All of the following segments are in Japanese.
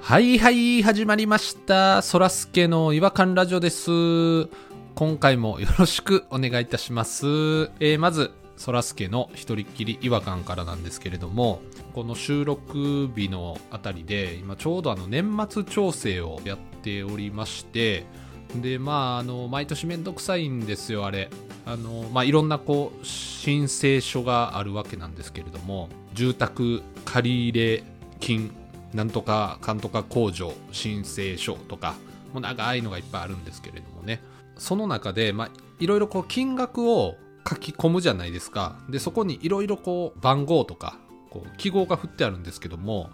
はいはい、始まりました。そらすけの違和感ラジオです。今回もよろしくお願いいたします。えーまず、そらすけの一人っきり違和感からなんですけれども、この収録日のあたりで、今ちょうどあの年末調整をやっておりまして、で、まあ、あの、毎年めんどくさいんですよ、あれ。あの、まあ、いろんなこう、申請書があるわけなんですけれども、住宅借入金なんとかかんとか控除申請書とかもう長いのがいっぱいあるんですけれどもねその中で、まあ、いろいろこう金額を書き込むじゃないですかでそこにいろいろこう番号とかこう記号が振ってあるんですけども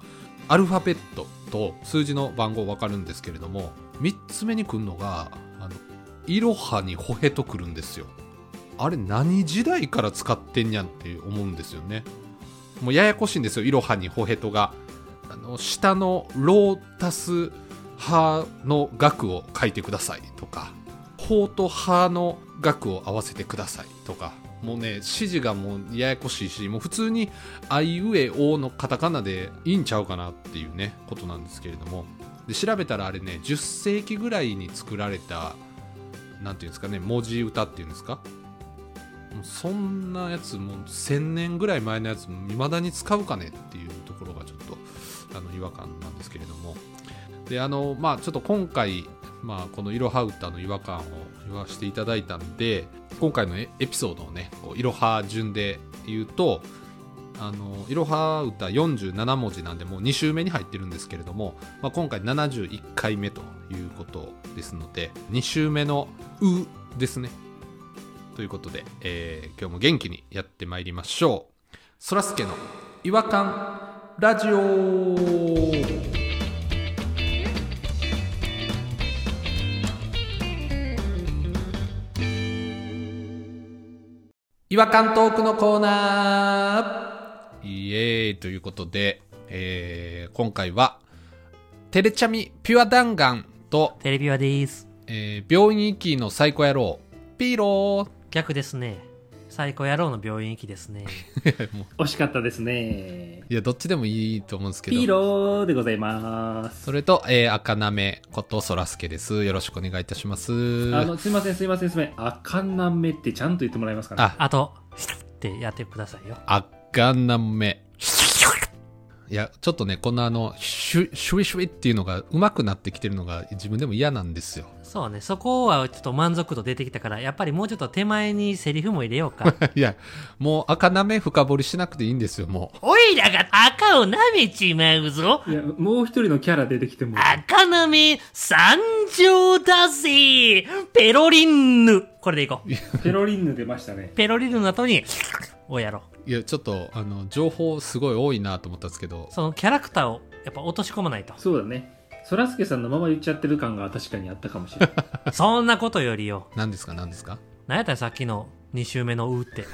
アルファベットと数字の番号分かるんですけれども3つ目に来るのがあのいろはにほへとくるんですよあれ何時代から使ってんやんって思うんですよねもうややこしいんですよいろはにほへとがあの下のロータス派の額を書いてくださいとか法と派の額を合わせてくださいとかもうね指示がもうややこしいしもう普通にあいうえおのカタカナでいいんちゃうかなっていうねことなんですけれどもで調べたらあれね10世紀ぐらいに作られたなんていうんですかね文字歌っていうんですかもうそんなやつもう1000年ぐらい前のやついまだに使うかねっていうところがちょっとあの違和感なんですけれどもであのまあちょっと今回、まあ、この「いろは歌」の違和感を言わせていただいたんで今回のエエピソードをねこういろは順で言うと「あのいろは歌」47文字なんでもう2週目に入ってるんですけれども、まあ、今回71回目ということですので2週目の「う」ですねということで、えー今日も元気にやってまいりましょうそらすけの違和感ラジオ違和感トークのコーナーイエーイということで、えー今回はテレチャミピュア弾丸と、テレビはです。えー病院行きの最高野郎ピーロ逆ですね。最高野郎の病院行きですね。ー もう惜しかったですね。いや、どっちでもいいと思うんですけど。ピーローでございます。それと、えー、赤なめことそらすけです。よろしくお願いいたします。あの、すいません、すいません、すいません。あかなめってちゃんと言ってもらえますかね。あ、あと、シュッってやってくださいよ。赤なめ。いや、ちょっとね、このあの、シュ、シュイシュイっていうのが上手くなってきてるのが自分でも嫌なんですよ。そうね、そこはちょっと満足度出てきたから、やっぱりもうちょっと手前にセリフも入れよ うか。いや、もう赤なめ深掘りしなくていいんですよ、もう。おいらが赤を舐めちまうぞ。いや、もう一人のキャラ出てきても。赤舐め参上だぜ。ペロリンヌ。これでいこう。ペロリンヌ出ましたね。ペロリンヌの後に、シュッをやろう。いや、ちょっと、あの、情報すごい多いなと思ったんですけど、そのキャラクターをやっぱ落とし込まないと。そうだね。そらすけさんのまま言っちゃってる感が確かにあったかも しれない。そんなことよりよ。何ですか、何ですかなんやったらさっきの2周目のうーって。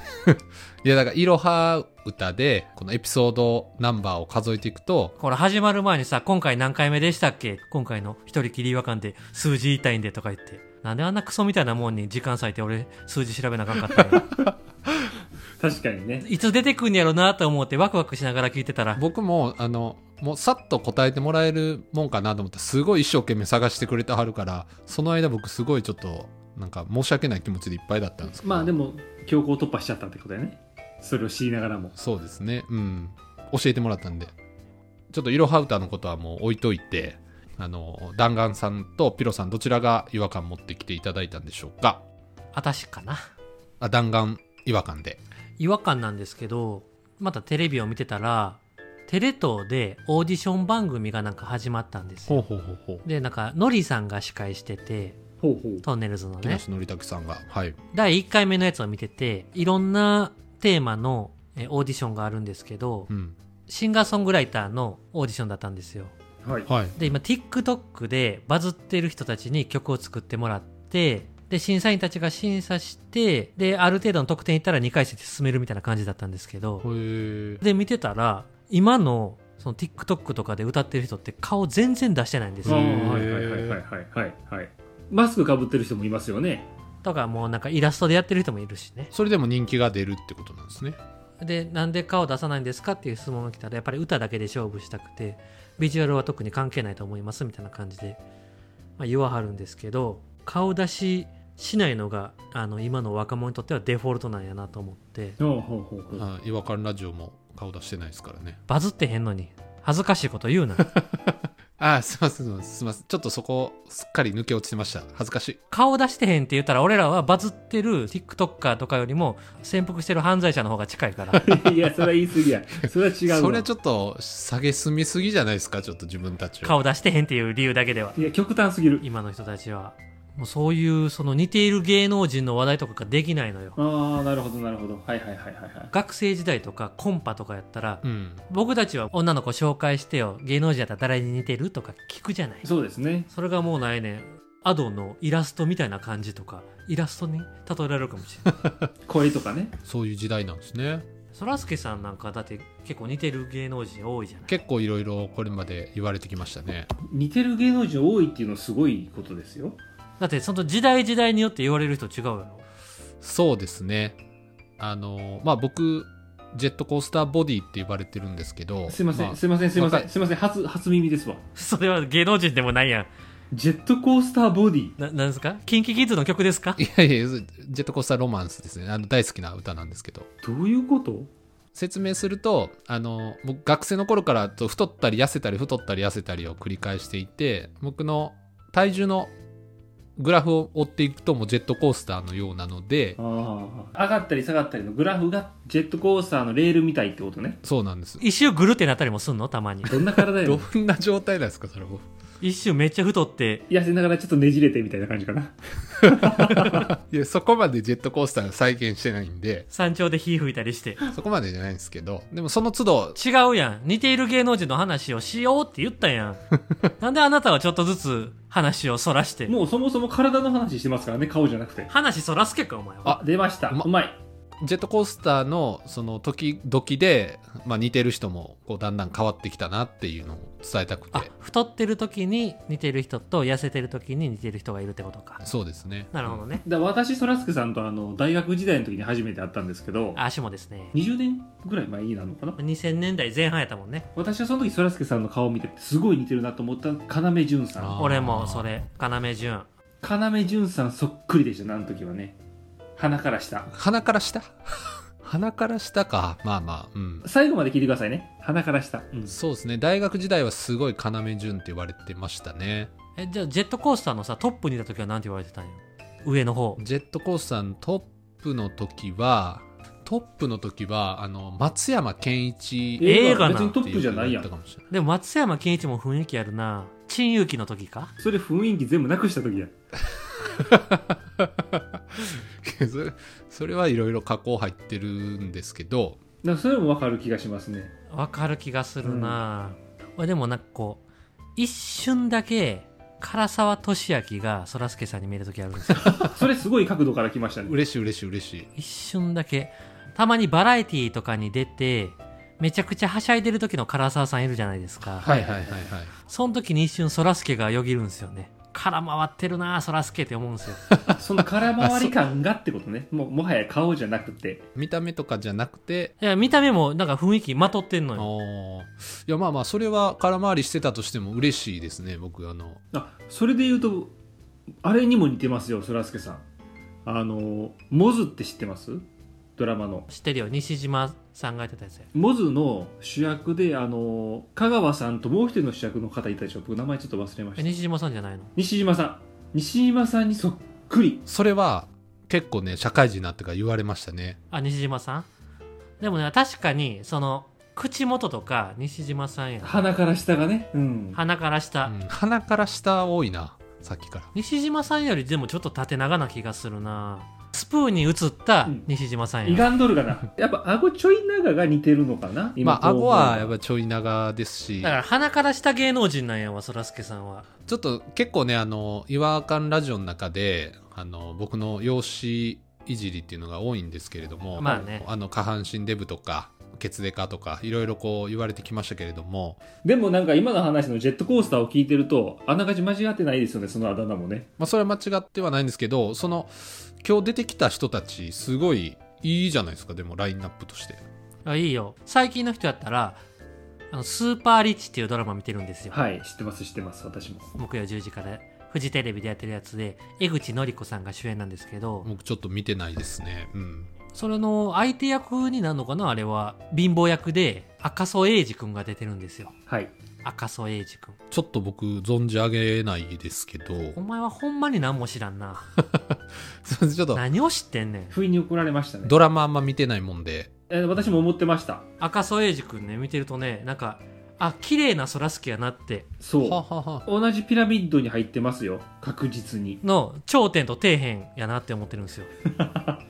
いや、だから、いろは歌で、このエピソードナンバーを数えていくと、これ始まる前にさ、今回何回目でしたっけ今回の一人きり違和感で数字言いたいんでとか言って。なんであんなクソみたいなもんに時間割いて俺数字調べなあかんかったんや 確かにね。いつ出てくんやろなと思ってワクワクしながら聞いてたら、僕もあのもうさっと答えてもらえるもんかなと思ってすごい一生懸命探してくれてはるからその間僕すごいちょっとなんか申し訳ない気持ちでいっぱいだったんですけどまあでも、強行突破しちゃったってことだよね。それを知りながらも。そうですねうん教えてもらったんでちょっとイロハウタのことはもう置いといてあの弾丸さんとピロさんどちらが違和感持ってきていただいたんでしょうかあたしかな。あ弾丸違和感で違和感なんですけど、またテレビを見てたら、テレ東でオーディション番組がなんか始まったんですよ。うほうほうほうで、なんか、のりさんが司会してて、ほうほう。トンネルズの木ね。梨憲武さんがはい第1回目のやつを見てて、いろんなテーマのえオーディションがあるんですけど、うんシンガーソングライターのオーディションだったんですよ。はい。はいで、今 TikTok でバズってる人たちに曲を作ってもらって、で、審査員たちが審査して、で、ある程度の得点いったら2回戦で進めるみたいな感じだったんですけど、へえで、見てたら、今の、その TikTok とかで歌ってる人って顔全然出してないんですああよ。んはいはいはいはいはいはいはい。マスクかぶってる人もいますよね。とかもうなんかイラストでやってる人もいるしね。それでも人気が出るってことなんですねで、なんで顔出さないんですかっていう質問が来たら、やっぱり歌だけで勝負したくて、ビジュアルは特に関係ないと思いますみたいな感じで、まあ、言わはるんですけど、顔出ししないのが、あの、今の若者にとってはデフォルトなんやなと思って、ほうほうほうほう。はい違和感ラジオも顔出してないですからねバズってへんのに、恥ずかしいこと言うな。あーすいませんすいませんすいませんちょっとそこすっかり抜け落ちてました恥ずかしい顔出してへんって言ったら、俺らはバズってる TikToker とかよりも、潜伏してる犯罪者の方が近いから。 いや、それは言い過ぎや。それは違うわ。それはちょっと下げすみすぎじゃないですかちょっと自分たちを顔出してへんっていう理由だけではいや、極端すぎる。今の人たちはもうそういうその似ている芸能人の話題とかができないのよああ、なるほど、なるほど。はいはいはいはいはい。学生時代とかコンパとかやったら、うん僕たちは女の子紹介してよ芸能人やったら誰に似てるとか聞くじゃないそうですね。それがもうないねんアドのイラストみたいな感じとかイラストに例えられるかもしれない声とかね。そういう時代なんですね そらすけさんなんかだって結構似てる芸能人多いじゃない結構いろいろこれまで言われてきましたね似てる芸能人多いっていうのはすごいことですよ。だってその時代時代によって言われる人違うやろそうですねあのまあ僕ジェットコースターボディって呼ばれてるんですけどすいませあん、すいません、すいませ若ん、すいません、初、初耳ですわ。それは芸能人でもないやんジェットコースターボディ。ななんですかキンキキッズの曲ですかいやいや、ジェットコースターロマンスですね。あの大好きな歌なんですけど。どういうこと説明すると、あの、僕学生の頃からと太ったり痩せたり太ったり痩せたりを繰り返していて、僕の体重のグラフを追っていくともうジェットコースターのようなので、ああ。上がったり下がったりのグラフがジェットコースターのレールみたいってことね。そうなんです。一周ぐるってなったりもすんのたまにどんな体やどのんな状態なんですか、それも。一周めっちゃ太って痩せながらちょっとねじれてみたいな感じかな。いや、そこまでジェットコースターを再現してないんで、山頂で火吹いたりしてそこまでじゃないんですけど、でもその都度、違うやん似ている芸能人の話をしようって言った やんなんであなたはちょっとずつ話をそらしてもうそもそも体の話してますからね、顔じゃなくて。話そらすけかお前はあ、出ました。うまうまい。ジェットコースターのその時々で、まあ、似てる人もこうだんだん変わってきたなっていうのを伝えたくあて太ってる時に似てる人と痩せてる時に似てる人がいるってことかそうですねなるほどねだ私、そらすけさんとあの、大学時代の時に初めて会ったんですけど、足もですね20年ぐらい前になるのかな2000年代前半やったもんね私はその時そらすけさんの顔を見ててすごい似てるなと思ったのが要潤さあんー俺もそれ要潤要潤さんそっくりでしたねあの時はね鼻から下鼻から下 鼻から下かまあまあうん最後まで聞いてくださいね鼻から下、うんそうですね大学時代はすごい要潤って言われてましたねえじゃあジェットコースターのさトップにいた時は何て言われてたんや上の方ジェットコースターのトップの時はトップの時はあの松山ケンイチって映画な別にトッいプうじゃない言やったんかもしれないでも松山ケンイチも雰囲気あるな陳勇気の時かそれ雰囲気全部なくした時やそれそれはいろいろ加工入ってるんですけどなんかそれもわかる気がしますねわかる気がするな、俺でもなんかこう一瞬だけ唐沢俊明がそらすけさんに見える時あるんですよそれすごい角度から来ました ね嬉しい嬉しい嬉しい一瞬だけたまにバラエティーとかに出てめちゃくちゃはしゃいでる時の唐沢さんいるじゃないですか、はいはいはいはいその時に一瞬そらすけがよぎるんですよね空回ってるなそらすけって思うんですよあその空回り感がってことねもうもはや顔じゃなくて見た目とかじゃなくて、いや見た目もなんか雰囲気まとってんのよおーいやまあまあそれは空回りしてたとしても嬉しいですね僕あのあそれで言うとあれにも似てますよそらすけさんあのモズって知ってますドラマの知ってるよ西島さんがやってたやつやモズの主役であの香川さんともう一人の主役の方いたでしょ僕名前ちょっと忘れまえした西島さんじゃないの西島さん西島さんにそっくりそれは結構ね社会人になってから言われましたねあ西島さんでもね確かにその口元とか西島さんや鼻から下がねうん鼻から下、うん鼻から下多いなさっきから西島さんよりでもちょっと縦長な気がするなスプーンに映った西島さんや、歪んどるか なやっぱ顎ちょい長が似てるのかなまあ顎はやっぱぱちょい長ですしだから鼻から下芸能人なんやわそらすけさんはちょっと結構ねあの違和感ラジオの中であの僕の容姿いじりっていうのが多いんですけれども、まあねあの下半身デブとかケツデカとかいろいろこう言われてきましたけれどもでもなんか今の話のジェットコースターを聞いてるとあながち間違ってないですよねそのあだ名もねまあ、それは間違ってはないんですけどその今日出てきた人たちすごいいいじゃないですかでもラインナップとしてあいいよ最近の人やったらあのスーパーリッチっていうドラマ見てるんですよはい知ってます知ってます私も木曜10時からフジテレビでやってるやつで江口のり子さんが主演なんですけど僕ちょっと見てないですね。うん。それの相手役になるのかなあれは貧乏役で赤楚衛二君が出てるんですよはい赤楚衛二君ちょっと僕、存じ上げないですけど、 お前はほんまに何も知らんなすいませんちょっと何を知ってんねん不意に怒られましたねドラマあんま見てないもんで、えー私も思ってました赤楚衛二君ね見てるとねなんかあ綺麗な空好きやなってそうはは同じピラミッドに入ってますよ確実にの頂点と底辺やなって思ってるん ですよ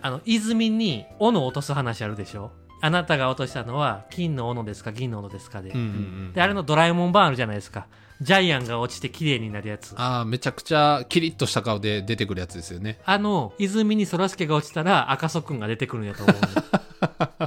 あの泉に斧を落とす話あるでしょあなたが落としたのは金の斧ですか銀の斧ですかで、うんうんうん。であれのドラえもん版あるじゃないですかジャイアンが落ちて綺麗になるやつあああ、めちゃくちゃキリッとした顔で出てくるやつですよね。の泉にそらすけが落ちたら赤楚くんが出てくるんや と思うね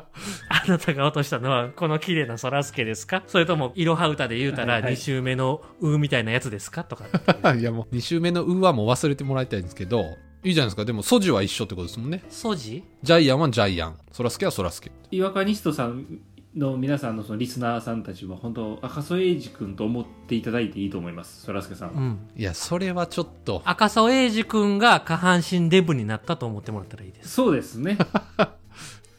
あなたが落としたのはこの綺麗なそらすけですかそれともいろは歌で言うたはらいはい2周目の「う」みたいなやつですかとか いやもう、2週目のうはもう忘れてもらいたいんですけど、いいじゃないですか。でも、素地は一緒ってことですもんね。ソジジャイアンはジャイアン。そらすけはそらすけ。イワカニストさんの皆さんのそのリスナーさんたちは本当赤楚衛二君と思っていただいていいと思いますそらすけさんは、うんいや、それはちょっと、赤楚衛二君が下半身デブになったと思ってもらったらいいですそうですね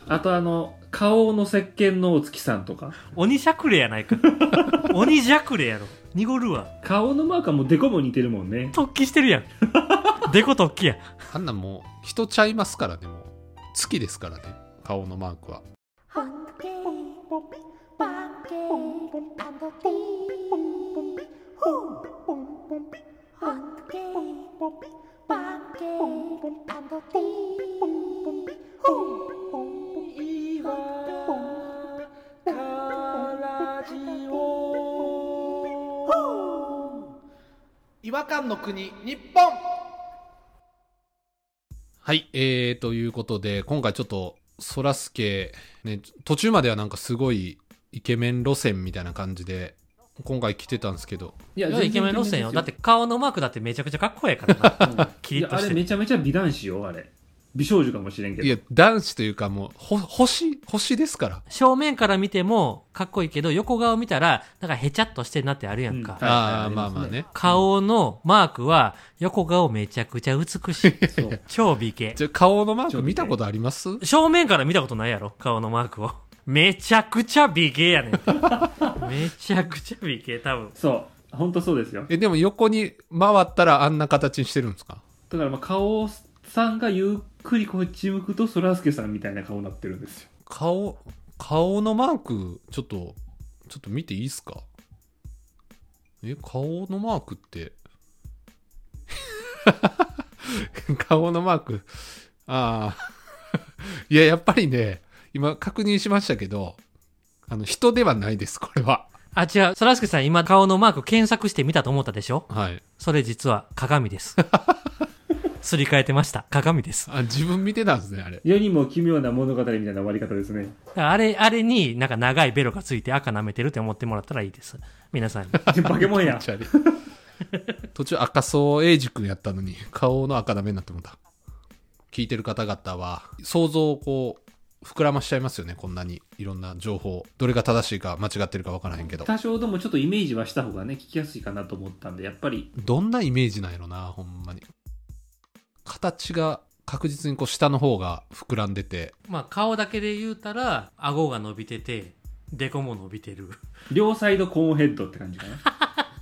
あとあの顔の石鹸のお月さんとか鬼しゃくれや ないか鬼しゃくれやろ濁るわ顔のマークはもうデコも似てるもんね突起してるや んデコ突起やあんなもう、人ちゃいますからね、もう。月ですからね、顔のマークは。 Hungry. 違和感の国、日本はい、えー、ということで、今回ちょっと、そらすけ、ね、途中まではなんかすごいイケメン路線みたいな感じで、今回来てたんですけど、いいやイケメン路線よだって顔のマークだってめちゃくちゃかっこええからなキいリやッとあしれてめちゃめちゃ美男子よあれ美少女かもしれんけどいや、男子というかもう、ほ、星、星ですから。正面から見てもかっこいいけど横顔見たらなんかへちゃっとしてるなってあるやんか、うんはいああ、りまあますねまあね。顔のマークは横顔めちゃくちゃ美しいそう超美形じゃあ顔のマーク見たことあります正面から見たことないやろ顔のマークを。めちゃくちゃ美形や ねん。めちゃくちゃ美形、多分。そう本当そうですよえ、でも横に回ったらあんな形にしてるんですかだからまあ顔さんがゆっくりこっち向くとそらすけさんみたいな顔になってるんですよ顔、顔のマーク、ちょっと、ちょっと見ていいですかえ、顔のマークって。 顔のマーク。ああ。 いや、やっぱりね、今確認しましたけど、あの、人ではないです、これは。あ、違う。そらすけさん、今顔のマーク検索して見たと思ったでしょはい。それ実は鏡 です。すり替えてました。鏡です。あ、自分見てたんですね、あれ。世にも奇妙な物語みたいな終わり方ですね だからあれ、あれになんか長いベロがついて赤舐めてるって思ってもらったらいいです。皆さんに。バケモンやチャリ 途中赤楚衛二君やったのに顔の赤ダメになってもうた聞いてる方々は想像をこう膨らましちゃいますよねこんなにいろんな情報どれが正しいか間違ってるか分からへんけど多少でもちょっとイメージはした方がね聞きやすいかなと思ったんでやっぱりどんなイメージなんやろなほんまに形が確実にこう下の方が膨らんでてまあ、顔だけで言うたら、顎が伸びてて、デコも伸びてる。 両サイドコーンヘッドって感じかな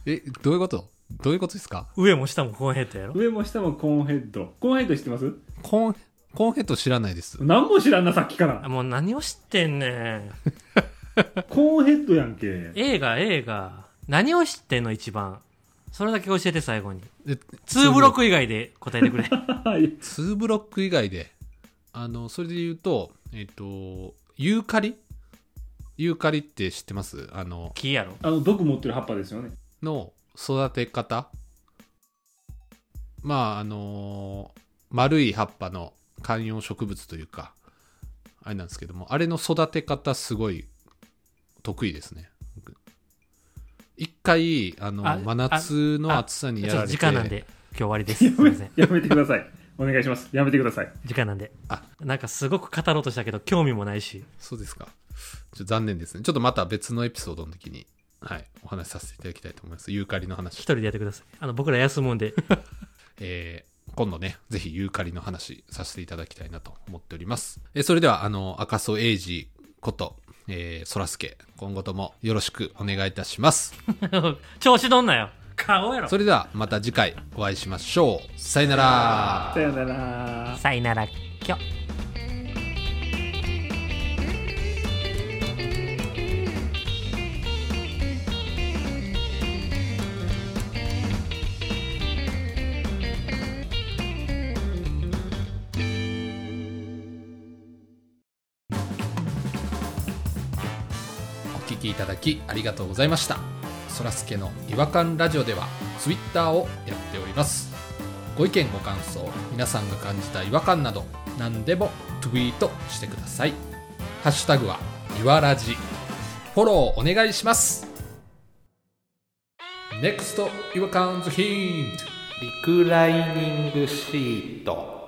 えどういうことどういうことですか上も下もこうヘッドやろ上も下もコーンヘッドコーンヘッド知ってますコーンコーンヘッド知らないです何も知らんなさっきからあもう何を知ってんねん。コーンヘッドやんけ映画映画何を知ってんの一番それだけ教えて最後にえ2ブロック以外で答えてくれはい2ブロック以外で、あの、それで言うと、えっ、と、ユーカリユーカリって知ってますあの、木やろあの毒持ってる葉っぱですよねの育て方まあ、あの丸い葉っぱの観葉植物というか、あれなんですけども、あれの育て方すごい得意ですね。僕一回、あの、あ真夏あのあ暑さにちょやっられとて、時間なんで今日終わりですすいませんやめてくださいお願いしますやめてください時間なんであなんかすごく語ろうとしたけど興味もないしそうですか。ちょっと残念ですね。ちょっとまた別のエピソードの時に、はい、お話しさせていただきたいと思います。ユーカリの一話。人でやってください。あの、僕ら休むんで。 えー今度ね、ぜひユーカリの話させていただきたいなと思っております。えーそれでは、あの、赤楚衛二こと、えー、そらすけ、今後ともよろしくお願いいたします。調子どんなよ。顔やろそ。れでは、また次回お会いしましょう。さよなら。さよならさいなら、きょ。お聞きいただきありがとうございましたそらすけの違和感ラジオではツイッターをやっておりますご意見ご感想皆さんが感じた違和感など何でもツイートしてくださいハッシュタグはいわらじフォローお願いします NEXT 違和感ズヒントリクライニングシート